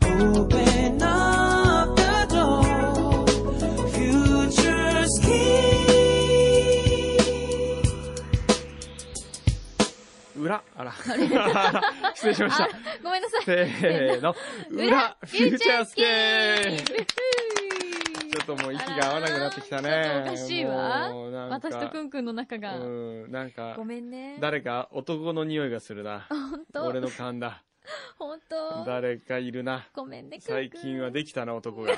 Open up the door, future's key. 裏、あ ら。失礼しました。ごめんなさい。せーの。 裏、フューチャースケープちょっともう息が合わなくなってきたね。ちょっとおかしいわもうなんか私とくんくんの中が。うん、なんかご、めんね。誰か男の匂いがするな。本俺当の勘だ。本当誰かいるな。ごめんね、くんくん最近はできたな男が。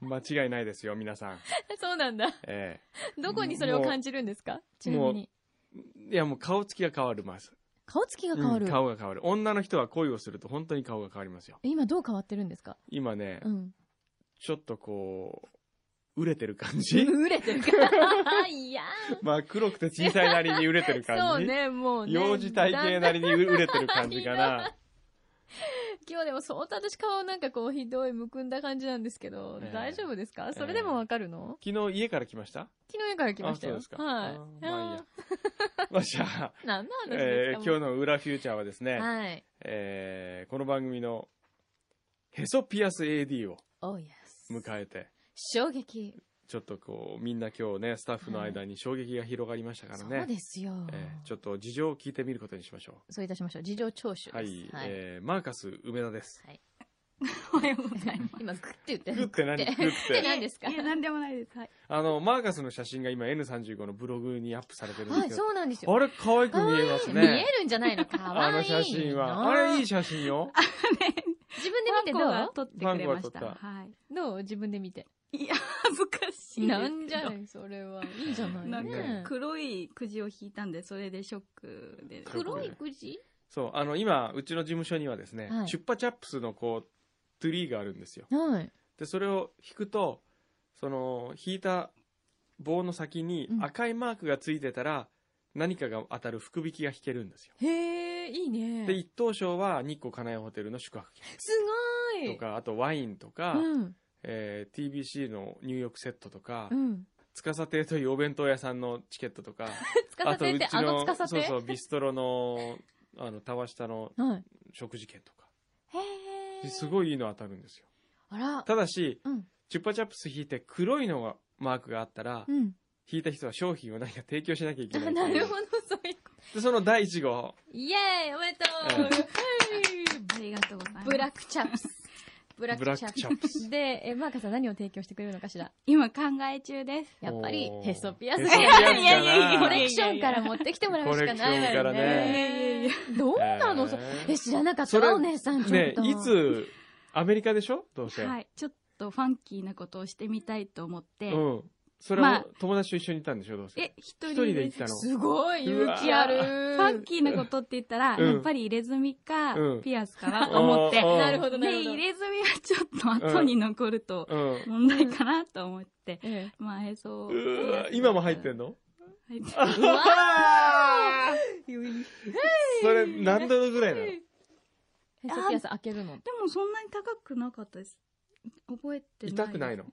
間違いないですよ、皆さん。 そうなんだ。えどこにそれを感じるんですかちなみに。えいや、もう顔つきが変わります。顔つきが変わるうん。顔が変わる。女の人は恋をすると本当に顔が変わりますよ。今どう変わってるんですか今ね、うん。ちょっとこう、売れてる感じ売れて るから。いや まあ、黒くて小さいなりに売れてる感じ。そうね、もうね。幼児体型なりに売れてる感じ かな。今日でも相当私顔なんかこうひどいむくんだ感じなんですけど、ええ大丈夫ですかえそれでもわかるの、昨日家から来ました昨日家から来ましたよ。あそうですかはいあ。ーまあいいやまあ、じゃあ、あーなんの話えでーすか、今日の裏フューチャーはですね、はい。えーこの番組のへそピアス AD をおやす。迎えて、衝撃。ちょっとこう、みんな今日ね、スタッフの間に衝撃が広がりましたからそね。うですよ。えーちょっと事情を聞いてみることにしましょそういたしましょう。事情聴取う。はい、です。はい。えーマーカス梅田です。おはようございます。今、グッて言って。グッて何グッグッえて。何ですかいや、何でもないです。はい。あの、マーカスの写真が今 N35 のブログにアップされてるんですはけい、ど、そうなんですよ。あれ、可愛く見えますね。見えるんじゃないのかわあいいの写真は。あれ、いい写真 よ。自分で見てファンコどがう撮ってくれましファンコが撮た。っはい。どう自分で見て。いや、恥ずかしいですけど。なんじゃい、それは。いいじゃなないんねか。黒いくじを引いたんで、それでショックで。黒いくじそう、あの、今、うちの事務所にはですね、はいチュッパチャップスのこう、トゥリーがあるんですよ。はい。で、それを引くと、その、引いた棒の先にうん赤いマークがついてたら、何かが当たる福引きが引けるんですよ。へえ、いいね。で、一等賞は日光金谷ホテルの宿泊券すごいとか、あとワインとか、うん。えー TBC の入浴セットとか、うん。司亭というお弁当屋さんのチケットと か、つかさてって、あのつかさそうてそう、ビストロの、あの、たわしたのはい。食事券とか。へえ。すい。ごいいいの当たるんですよ。あら。ただし、うん。チュッパチャップス引いて黒いのがマークがあったら、うん。引いた人は商品を何か提供しなきゃいけなあい。 なるほど、そういうこで、その第1号。と。イエーイおめでとううんはいありがとうございます。ブラックチャップス。ブラブラッッククチチャャッッププスス。で、え、マーカさん何を提供してくれるのかしら今考え中です。やっぱりお、ーヘソピアスへがそピアスかないやいやいやいやコレクションから持ってきてもらうしかないわよコレクションからねね。どうなのそえーえ、知らなかっそれたお姉さん、ちょっねと。いつ、アメリカでしょどうせ。はい。ちょっとファンキーなことをしてみたいと思っうて。ん。それまはあ友達と一緒にいたんでしょどうせ。え、一一人人でで行ったの。すごい勇気ある。ファンキーなことって言ったら、うんやっぱり入れ墨か、うんピアスかなと思って。あーなるほど、なで、るほど。入れ墨はちょっと後に残るとうん。問題かなと思って。えまあ、へそをうー今も入ってんの入ってえうわーそれ何度ぐらいなの ヘソピアス開けるの。でもそんなに高くなかったです。覚えてない。痛くないの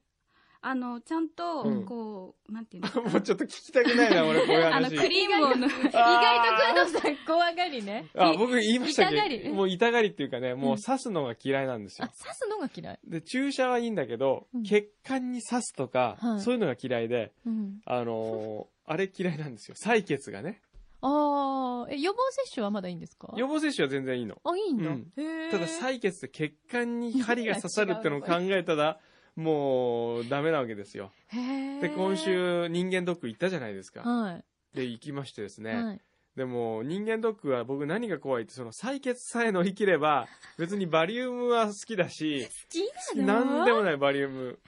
あの、ちゃんとうん、こう、なんていうのもうちょっと聞きたくないな、俺、こういうあの、話。クリームを塗る。意外とくんのさん、怖がりね。あ、僕言いましたっけ痛がりもう痛がりっていうかね、もううん刺すのが嫌いなんですあ、よ。刺すのが嫌い。で、注射はいいんだけど、うん血管に刺すとか、はいそういうのが嫌いで、うん。あのーあれ嫌いなんですよ。採血がね。ああ、え、予防接種はまだいいんですか予防接種は全然いいの。あ、いいんだ。うんへえ。ただ採血って血管に針が刺さるってのを考えたら、もうダメなわけですよ。へえ。で、今。週人間ドック行ったじゃないですか。はで、行きましてですい。ね。はい。でも、人間ドックは僕何が怖いって、その採血さえ乗り切れ ば、別にバリウムは好きだし、好きなのなんでもないバリウム。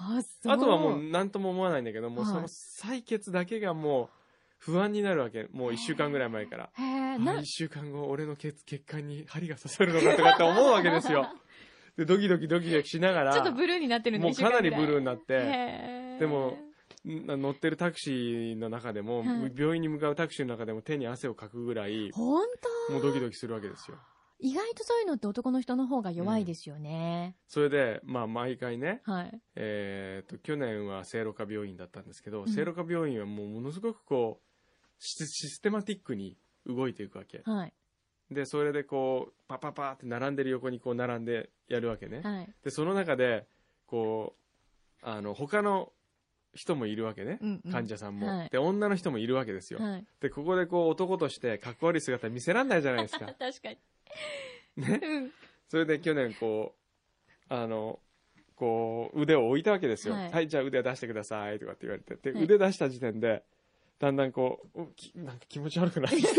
あ、そう。あとはもう何とも思わないんだけど、もうはいその採血だけがもう不安になるわけ。もう一週間ぐらい前から。へえ、あな一、週間後、俺の血血管に針が刺さるのかとかって思うわけです よ。で、ドキドキドキドキしながら、ちょっとブルーになってるんだもうかなりブルーーになって、でも、ん乗ってるタクシーの中でも、はい病院に向かうタクシーの中でも手に汗をかくぐらい、本当もうドキドキするわけですよ。意外とそういうのって男の人の方が弱いですよね。それで、まあ毎回ね、はい。えー、と去年は聖路加病院だったんですけど、ん聖路加病院はもうものすごくこうシスシステマティックに動いていくわけはい。で、それでこう、パパパって並んでる横にこう並んでやるわけね。はい。で、その中で、こう、あの、他の人もいるわけね。うんうん患者さんも、はいで、女の人もいるわけですよ。はい。で、ここでこう男としてかっこ悪い姿見せらんないじゃないですか。 確かに。ね。うん。それで去年こう、あの、こう腕を置いたわけですよ。は、はいいじゃあ腕出してくださいとかって言われて。で、はい腕出した時点で、だんだんこう、おきなんか気持ち悪くなってき て。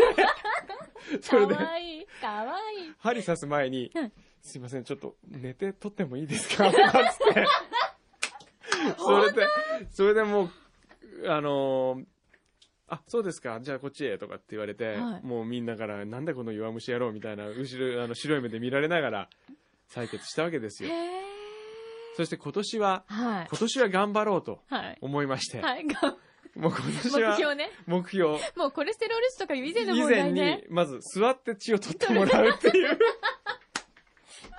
そかれで、わいい。かわいい。針刺す前にはい、すいません、ちょっと寝て撮ってもいいですか つって。それで、それでもう、あのーあ、そうですか、じゃあこっちへとかって言われて、はいもうみんなから、なんだこの弱虫野郎みたいな、後ろ、あの、白い目で見られながら、採血したわけですよ。へえ。そして今年は、はい。今年は頑張ろうとはい。思いまして、はい。がもう今目年は標ね。目標、もうコレステロール値とか以前の以問前題にね。、まず座って血を取ってもらうって いう。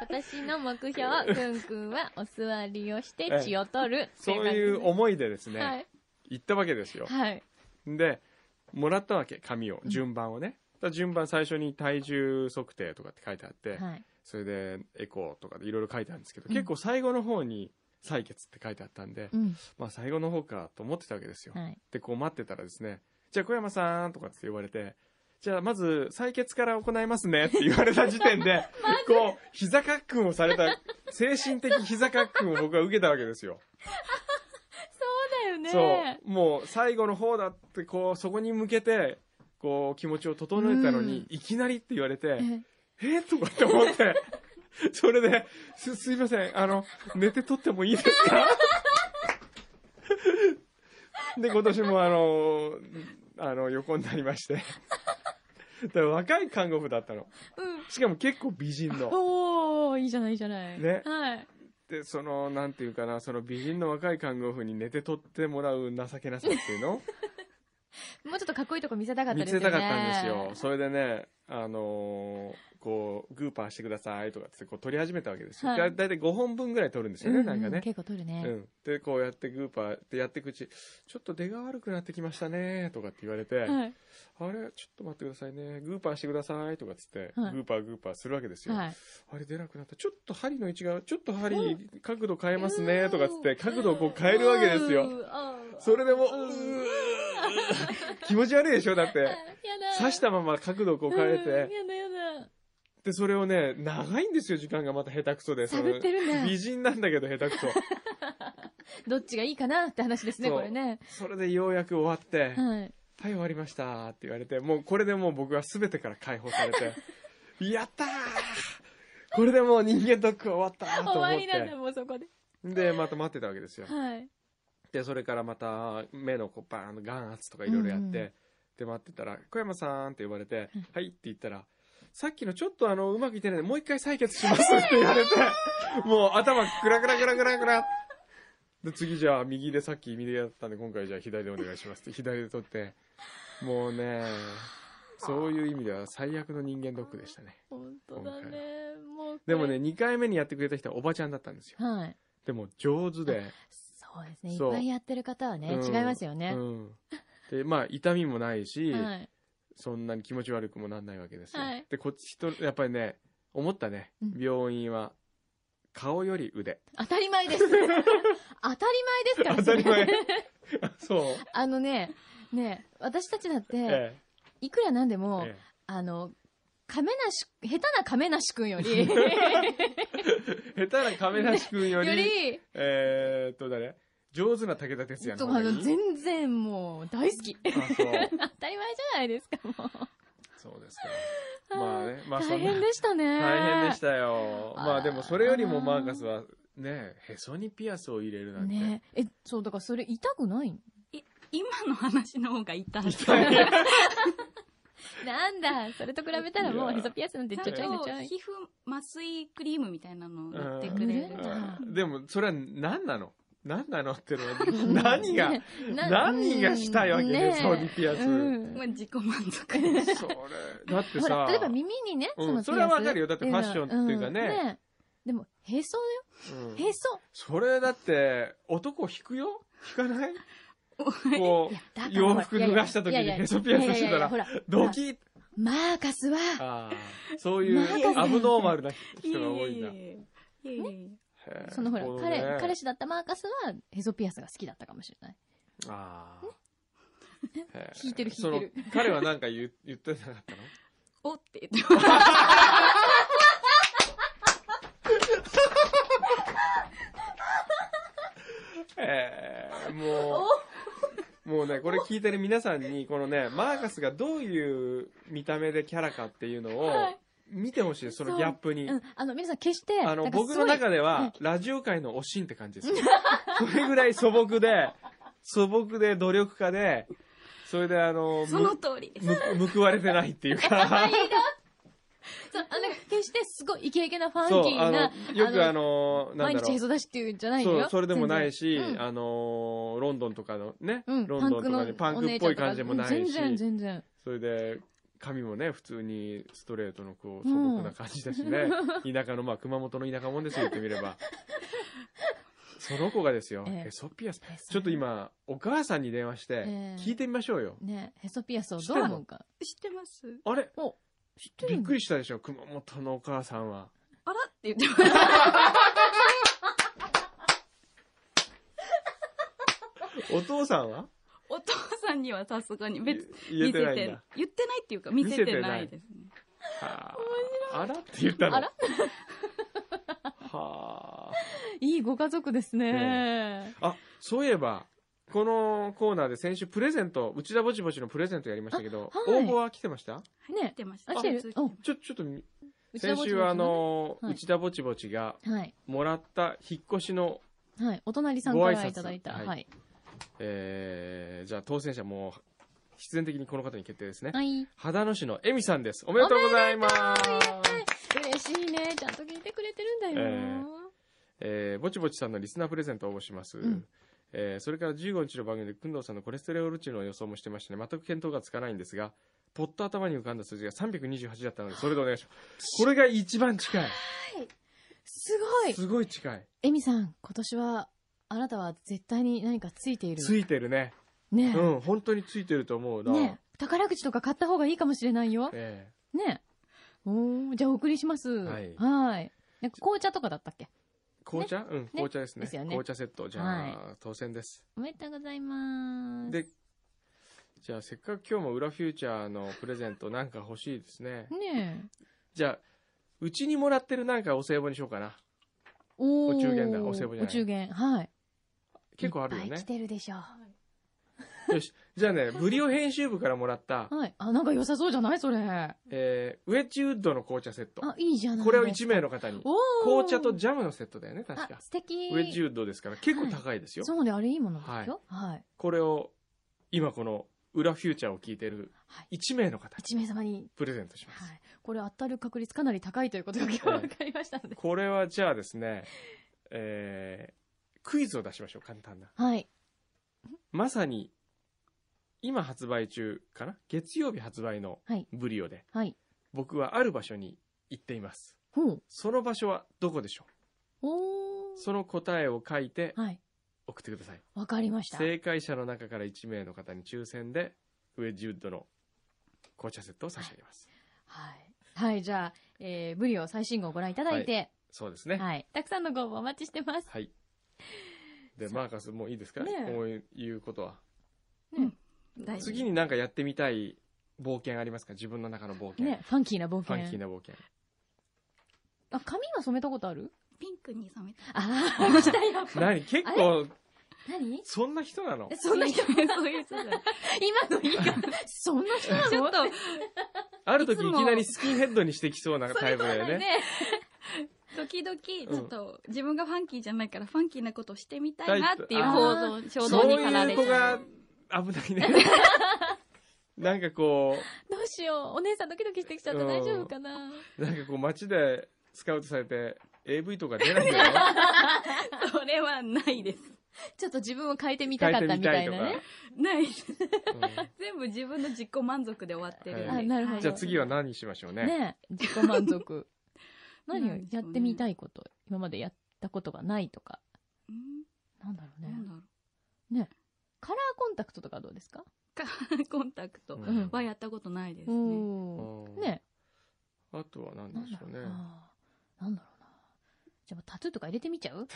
私の目標、くんくんはお座りを して血を取る。そういう思いでですね、はい。行ったわけですよ。はい。で、もらったわけ、紙を、順番をね。だから順番最初に体重測定とかって書いてあって、はい。それでエコーとかでいろいろ書いてあるんですけど、うん結構最後の方に採血って書いてあったんで、うん。まあ最後の方かと思ってたわけですよ。はい。で、こう待ってたらですね、じゃあ小山さんとかって呼ばれて、じゃあまず採血から行いますねって言われた時点 で、こう、膝かっくんをされた、精神的膝かっくんを僕は受けたわけですよ。そうだよね。そう。もう最後の方だって、こう、そこに向けて、こう、気持ちを整えたのに、いきなりって言われて、ええーとかって思って、 それで、す、すいません、あの、寝て撮ってもいいですか で、今年もあの、あの、横になりまして。だから若い看護婦だったの。うん。しかも結構美人の。おー、いいじゃない、いいじゃない。ねはい。で、その、なんていうかな、その美人の若い看護婦に寝て撮ってもらう情けなさっていうのもうちょっとかっこいいとこ見せたかった見ですよせね。たかったんですよ。。それでね、あのーこう、グーパーしてくださいとかって、こう取り始めたわけですよ。はいだだいたい5本分ぐらい取るんですよね、なんかね。結構取るうね。ん。で、こうやってグーパーってやっていくうち、ちょっと出が悪くなってきましたね、とかって言われて、はい。あれ、ちょっと待ってくださいね、グーパーしてください、とかっつって、はいグーパーグーパーするわけですよ。はい。あれ出なくなった。ちょっと針の位置が、ちょっと針、角度変えますね、とかっつって、角度をこう変えるわけですよ。うー。あーそれでもう、うーうー気持ち悪いでしょだって。やだ。刺したまま角度をこう変えうんやて、だやで、それをね、長いんですよ、時間がまた下手くそで。だ。その探ってるね。美人なんだけど下 手くそ。どっちがいいかなって話ですね、そうこれね。それでようやく終わって、はい、はい。終わりましたって言われて、もうこれでもう僕は全てから解放され て、やったーこれでもう人間ドック終わったーと終思わりなんだ、っもうそこで。て。で、また待ってたわけですよ。はい。で、それからまた目のこうバーンの眼圧とかいろいろやって、うんうんで、待ってたら、小山さんって呼ばれて、はいって言ったら、さっきのちょっとあの、うまくいってないんで、もう一回採血しますって言われ て、もう頭グラグラグラグラグラ。で、次じゃあ右でさっき右でやったんで、今回じゃあ左でお願いしますって、左で取って、もうね、そういう意味では最悪の人間ドックでしたね。本当だ今ね。もう。でもね、。2回目にやってくれた人はおばちゃんだったんですよ。はい。でも上手で、そうですね。いっそうぱいやってる方はね、うん違いますよねう。ん。で、まあ、痛みもないし、はい。そんなに気持ち悪くもなんないわけですよ。はいで、こっちと、やっぱりね、思ったねう、ん病院は、顔より腕。当たり前です。当たり前ですから当たり前それあ そう。 あのね、ね、私たちだって、えいくらなんでえも、えあの、亀梨、下手な亀梨くんよ り、よえ下手な亀梨君より、り、えーっと、誰上手な武田鉄矢のと方があいい。の、全然もう、大好き。 当あそう。たり前じゃないですか、もそうですう。か。まあ ね、まあそ大んな変。でしたね。大変でしたよ。あーまあでもそれよりもマーカスは、ね、へそにピアスを入れるなんて。ねえ、そう、だからそれ痛くない今の話の方が痛い。痛いなんだ、それと比べたらもういやヘソピアスなんてちょちょいのちょい。皮膚麻酔クリームみたいなのを塗ってくうんれ塗。るるあ うーでも、それは何なの何なのってのは、何が、ね な何がしたいわけうんね、えそうにピアス。うんまあ自己満足。それ、だってほさら、、例えば耳にね、うんそのそれはわかるよだってファッションっていうかねんねでも、へそうんよへそそれだって、男引くよ引かないこ いやだから洋服脱がした時にいやいやへそピアスしてたらいやいやいやほう、ドキッらマーカスは、ああ、そういう任せアブノーマルなえい人が多いんだ。えいえいえいえいえいへええそのほら、なるどね彼、彼氏だったマーカスは、ヘソピアスが好きだったかもしれない。ああ。 へえ弾いてる弾いてるその彼はなんか言う言ってなかったのおって言ってました。ええもう、もうね、これ聞いてる皆さんに、このね、マーカスがどういう見た目でキャラかっていうのをはい、見てほしい、そのギャップにう。ん。あの、皆さん決して、あなの、んかすごい僕の中では、ラジオ界のおしんって感じです。それぐらい素朴で、素朴で努力家で、それであの、その通りです。む報われてないっていう か。そうあの、なんか決してすごいイケイケなファンそうキ、ーあな、の、よくあの、なん毎だろ日うへ。そ出しっていうんじゃないそよう、。それでもないし。し、うんあのーロンドンとかのね、うん、ロンドンとかでパンクっぽい感じもないし、全然、全然。それで、髪もね、普通にストレートのこう、素うん朴な感じだしね、田舎の、まあ、熊本の田舎もんですよ、言ってみれ ば。その子がですよ、ええへそピアスへ。そちょっと今、お母さんに電話してええ、聞いてみましょうよ。ね、ヘソピアスをどう思うか。知ってますあれ知ってびっるくりしたでしょ、熊本のお母さんは。あらって言って ました。お父さんはお父さんにはさすがに別、い言えてないんだ。言ってないっていうか見せてないですね。はああらって言ったの。あらはあ。いいご家族ですね。あ、そういえば、このコーナーで先週プレゼント、うちらぼちぼちのプレゼントやりましたけど、あは応い募は来てました言ねっ。てました。あ来てる通知来てましちょ、ちょっとみ、うち先らぼちぼち週はあの、はい内田ぼちぼちがはい。もらった引っ越しの、はい。お隣さんかご挨ら拶いただいた。はいはい。えー、じゃあ当選者もう、必然的にこの方に決定ですね。はい。秦野市のエミさんです。おめでとうございます。嬉しいね。ちゃんと聞いてくれてるんだよ。えーぼちぼちさんのリスナープレゼントを応募します。うんえーそれから15日の番組で、くんどうさんのコレステロール値の予想もしてましたね。全く見当がつかないんですが、ポッと頭に浮かんだ数字が328だったので、それでお願いします。これが一番近い。すごい。すごい近い。エミさん、今年は、あなたは絶対に何かついている。ついてるね。ねう。ん、本当についてると思うな。ね。宝くじとか買った方がいいかもしれないよ。ええね。おーじゃあお送りします。はいはい。なんか紅茶とかだったっけ紅茶、うん、紅茶ですねですよね紅茶セット。じゃあ、当選です。おめでとうございます。で、じゃあせっかく今日も裏フューチャーのプレゼントなんか欲しいですね。ねえ。じゃあ、うちにもらってるなんかお歳暮にしようかな。おーお中元だお歳暮じゃないお中元。はい。結構あるよいっぱいね来。てるでしょよし。じゃあね、ブリオ編集部からもらったう。、はい。あ、なんか良さそうじゃないそれ。あ、えー、ウェッジウッドの紅茶セット。いいじゃない。これを1名の方に。おー紅茶とジャムのセットだよね、確あか、。素敵。ウェッジウッドですから、結構高いですよ。そうね、あれいいものですよ。はい。これを、今この、裏フューチャーを聞いてるはい。 1名の方に一名様に。プレゼントします。はい。これ当たる確率かなり高いということが今日分かりましたので。これはじゃあですね、えー、クイズを出しましょう、簡単な。はい。まさに、今発売中かな月曜日発売のはい。ブリオで、はい。僕はある場所に行っています。ほう。その場所はどこでしょおうその答えを書いてー。はい。送ってください。わかりました。正解者の中から1名の方に抽選で、ウェッジウッドの紅茶セットを差し上げます。はい。はい、じゃあ、えー、ブリオ最新号をご覧いただいて、そうですはね。い、はい。たくさんのご応募お待ちしてます。で、マーカスもういいですか、ねえこういうことは。た大丈夫次になんかやってみたい冒険ありますか自分の中の冒険。ね、ファンキーな冒フ険。ァンキーな冒険。あ、髪は染めたことあるピンクに染めた。あー、来たよ。 何結構、何そんな人なのえそんな人、そういう人じゃない。 今の言い方、そんな人なのちょっと、ある時いついもきなりスキンヘッドにしてきそうなタイプだよね。 時々、ちょっと、自分がファンキーじゃないから、ファンキーなことしてみたいなっていうあ行ー動、衝そ動うにい駆られうち子ゃがう。危ないね。なんかこう、どうしよう。お姉さんドキドキしてきちゃったうん大丈夫かななんかこう街でスカウトされて AV とか出 ないんだよね。それはないです。ちょっと自分を変えてみたかったみたいなね。ないです。うん全部自分の自己満足で終わってるんで。はいあなるほどじゃあ次は何にしましょ うね。ね 自己満足。なん何をでしょうねやってみたいこと、今までやったことがないとか。うんなんだろうなねん。だろう。カラーコンタクトとかどうですかか コンタクトうんはやったことないですね。おあーーねあとは何なでんしだょろうね。うな。なんだろうな。じゃあタトゥーとか入れてみちゃう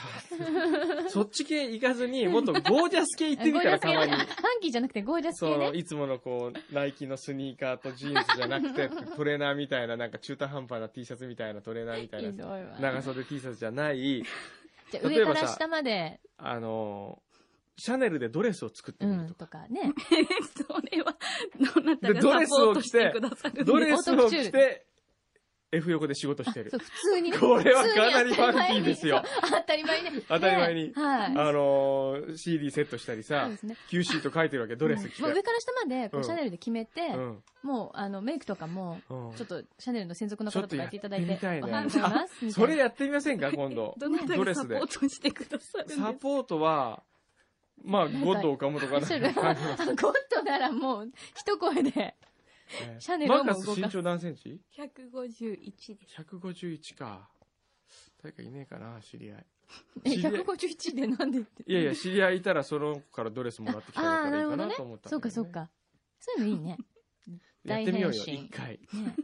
そっち系行かずに、もっとゴージャス系行ってみたらたまに あゴージャ。ス系ファンキーじゃなくてゴージャスそ系ねの。いつものこう、ナイキのスニーカーとジーンズじゃなく て、トレーナーみたいな、なんか中途半端な T シャツみたいなトレーナーみたいひな、どいわ。長袖 T シャツじゃない、じゃあ例え上かばさら下まで、あのー、シャネルでドレスを作ってうみるん、ととか。かね。 それは、どなたでがドレサスポをート着しててくださるんで すドレスを着オートクチュて、F 横で仕事してるそ。う、普通にね。これは普通にかなりファンキーです よ当たり前に。そう当たり前に当たり前ねはあい。のー、CD セットしたりそさうで、すね。 QC と書いてるわけ、ドレス着もう上て。から下まで、こうう、んシャネルで決めてう、ん。もう、あの、メイクとかも、うんちょっと、シャネルの専属の方とかやっていただいちょてっ、とやってみたいねおはようございます。みたいそなれやってみませんか、今度。どなたドレがサスポでートしてくださるんですサかポートは、まあ、ゴッド岡本かな。シャ ネ ルゴッドならもう、一声で。ねシャネルをもうマ動ーかすカス身長何センチ ?151 です。 ?151 か。誰かいねえかな、知り合い。え、知り合い151でなんでって。いやいや、知り合いいたら、その子からドレスもらってきたらいいあーかなるほどなねと思ったんだけどね、そうかそうか。そういうのいいね。やってみようよ、大変身一回。 ね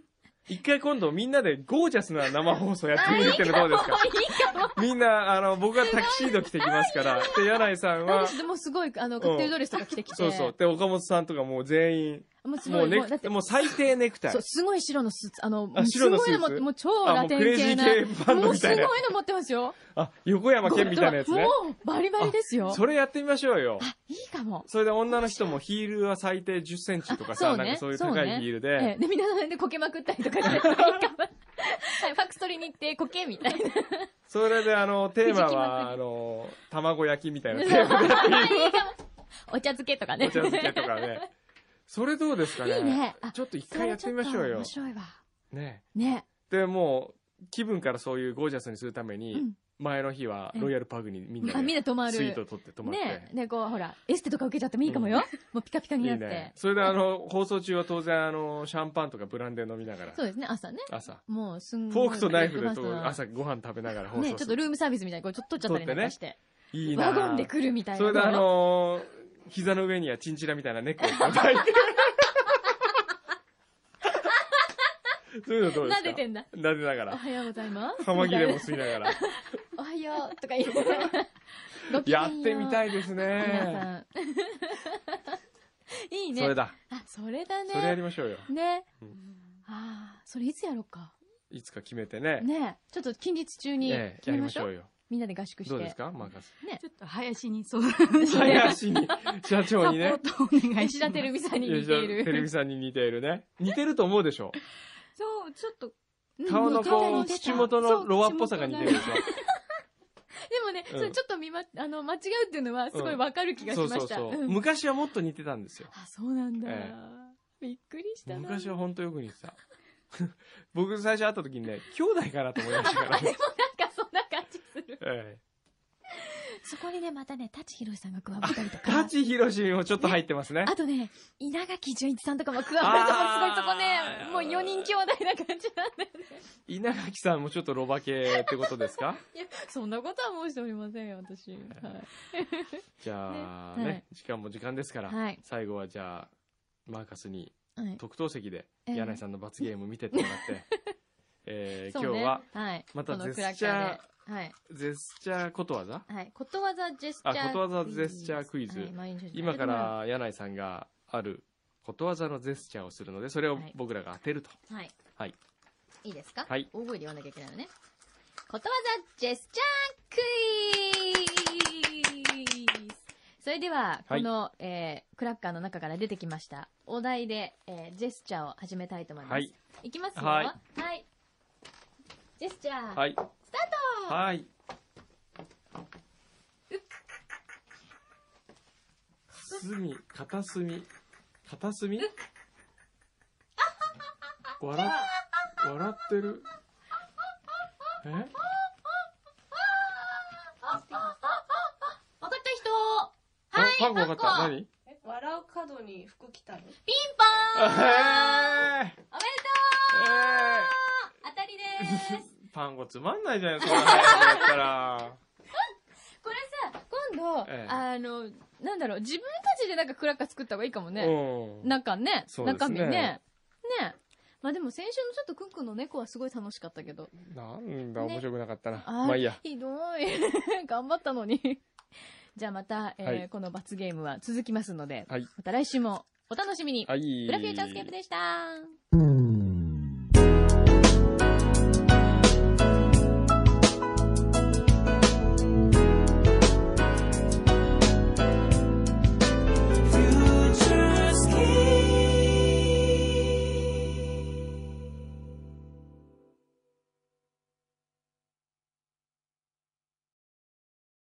一回今度みんなでゴージャスな生放送やってみるってのどうですかみんな、あの、僕はタキシード着てきます から、で、柳井さんは、私でもすごい、あの、カクテルドレスとか着てきて。そうそう。で、岡本さんとかもう全員、もうすもごうい、ネもう、だっクて、もう最低ネクタイそう、。すごい白のスーツ、あの、あす白のスーごツいの持って、もう超あ、もラうテクンレイジ系ーな。系バンもドうみすたごいいな。の持ってますよ。あ、横山健みたいなやつね。もう、バリバリですよ。それやってみましょうよ。いいかも。それで女の人もヒールは最低10センチとかさ、あそうねなんかそういう高いヒールで、ええ、で、みんなそれでこけまくった りとか して、いいかもはいファクストリーに行って、こけみたいな。それであの、テーマ藤木まは、くあの、卵焼きみ たいなテーマで、いいかも。お茶漬けとかおね。茶漬けとかね。 それどうですかねいいねあちょっと一回やってみましょうよ面。白いわ。ね。ね。で、もう、気分からそういうゴージャスにするために、うん前の日はロイヤルパグにみんなあ、みんでな泊まる。スイート取って泊まって。ね。で、こう、ほら、エステとか受けちゃってもいいかもよ。もうピカピカにいなっいて。ね。それであの、放送中は当然あの、シャンパンとかブランデー飲みながらそ、うですね、朝ね。朝。もう、すんフォークとナイフでブレックフとァースト朝ご飯食べながら放な送ね、ちょっとルームサービスみたいに、こう、ちょっと取っちゃったりなんかして。いいなワゴンで来るみたいな。それであのー、膝の上にはチンチラみたいなネックを 叩いて。そういうのどうですか撫でてんだ。撫でながおら。はようございます。カマキリも吸いなが ら。おはようとか言って。 ごきげんやようってみたいです皆ね。さん。 いいね。それだ。あ、それだそれやね。りましょうよ。ねうん。ああ、それいつやろうか。いつか決めてね。ねちょっと近日中にええ決やめりままししょょう。うよ。みんなで合宿して。どうですかマーカス。ちょっと林に相談して、林 に、社サポ長にねー。トお願いし石田ます。てるみさんにいや似じてゃあいテレビる。さんに似ているね。似てると思うでしょ。 そう、ちょっと、顔のこ顔う、似てた口元のロアっぽさが似てるでしでもね、うんそれちょっと見ま、あの、間違うっていうのはすごいわかる気ょ。がしそまうそうした。そう。うん昔はもっと似てたんですよ。あ、そうなんだえ。びっくりしたな。昔は本当よく似てた。 僕最初会った時にね、兄弟かなと思いました から。なんかそんな感じする。えそこにね、またね、舘ひろしさんが加わったりとえか。舘ひろしもちょっと入ってますね。 あとね、稲垣潤一さんとかも加わるともすごいそこねあ、ーもう4人兄弟な感じなんだよね。稲垣さんもちょっとロバ系ってことです かいや、 そんなことは申しておりませんよ、私。はい。じゃあねね、はい時間も時間ですから、はい最後はじゃあ、マーカスにはい、特等席でええ柳井さんの罰ゲーム見てってもら って、ええそう今ね日は、はい、またこのジェスチャークラッカーではい。ジェスチャーことわざはい。ことわざジェスチャー。あことわざジェスチャークイズはい毎日の今から柳井さんがあることわざのジェスチャーをするので、それをはい僕らが当てると。はい。はい。いいですかはい大声で言わなきゃいけないのね。ことわざジェスチャークイズそれでは、はこいの、えークラッカーの中から出てきました、お題で、えージェスチャーを始めたいと思います。はいい。きますよ。ははいい。ジェスチャー。はい。スタートはい。隅、片隅、片隅笑っ、笑ってる。えわかった人あパンコわかっパンコた。何え笑う角に服着たのピンポえーンーおめでとう当たりで ーすえーパンコつまんないじゃないそんな早くやったら。これさ、今度、ええあの、なんだろう、自分がジでなんかクラッカー作った方がいいかもね。うん。中ね、そうですね中身ね。ね。まあでも先週のちょっとくんくんの猫はすごい楽しかったけど。なんだ、ね面白くなかったな。あーまあいいや。ひどい。 頑張ったのに。じゃあまた、えーはいこの罰ゲームは続きますので、はい。また来週もお楽しみに。はい。ブラフューチャースケープでした。うん。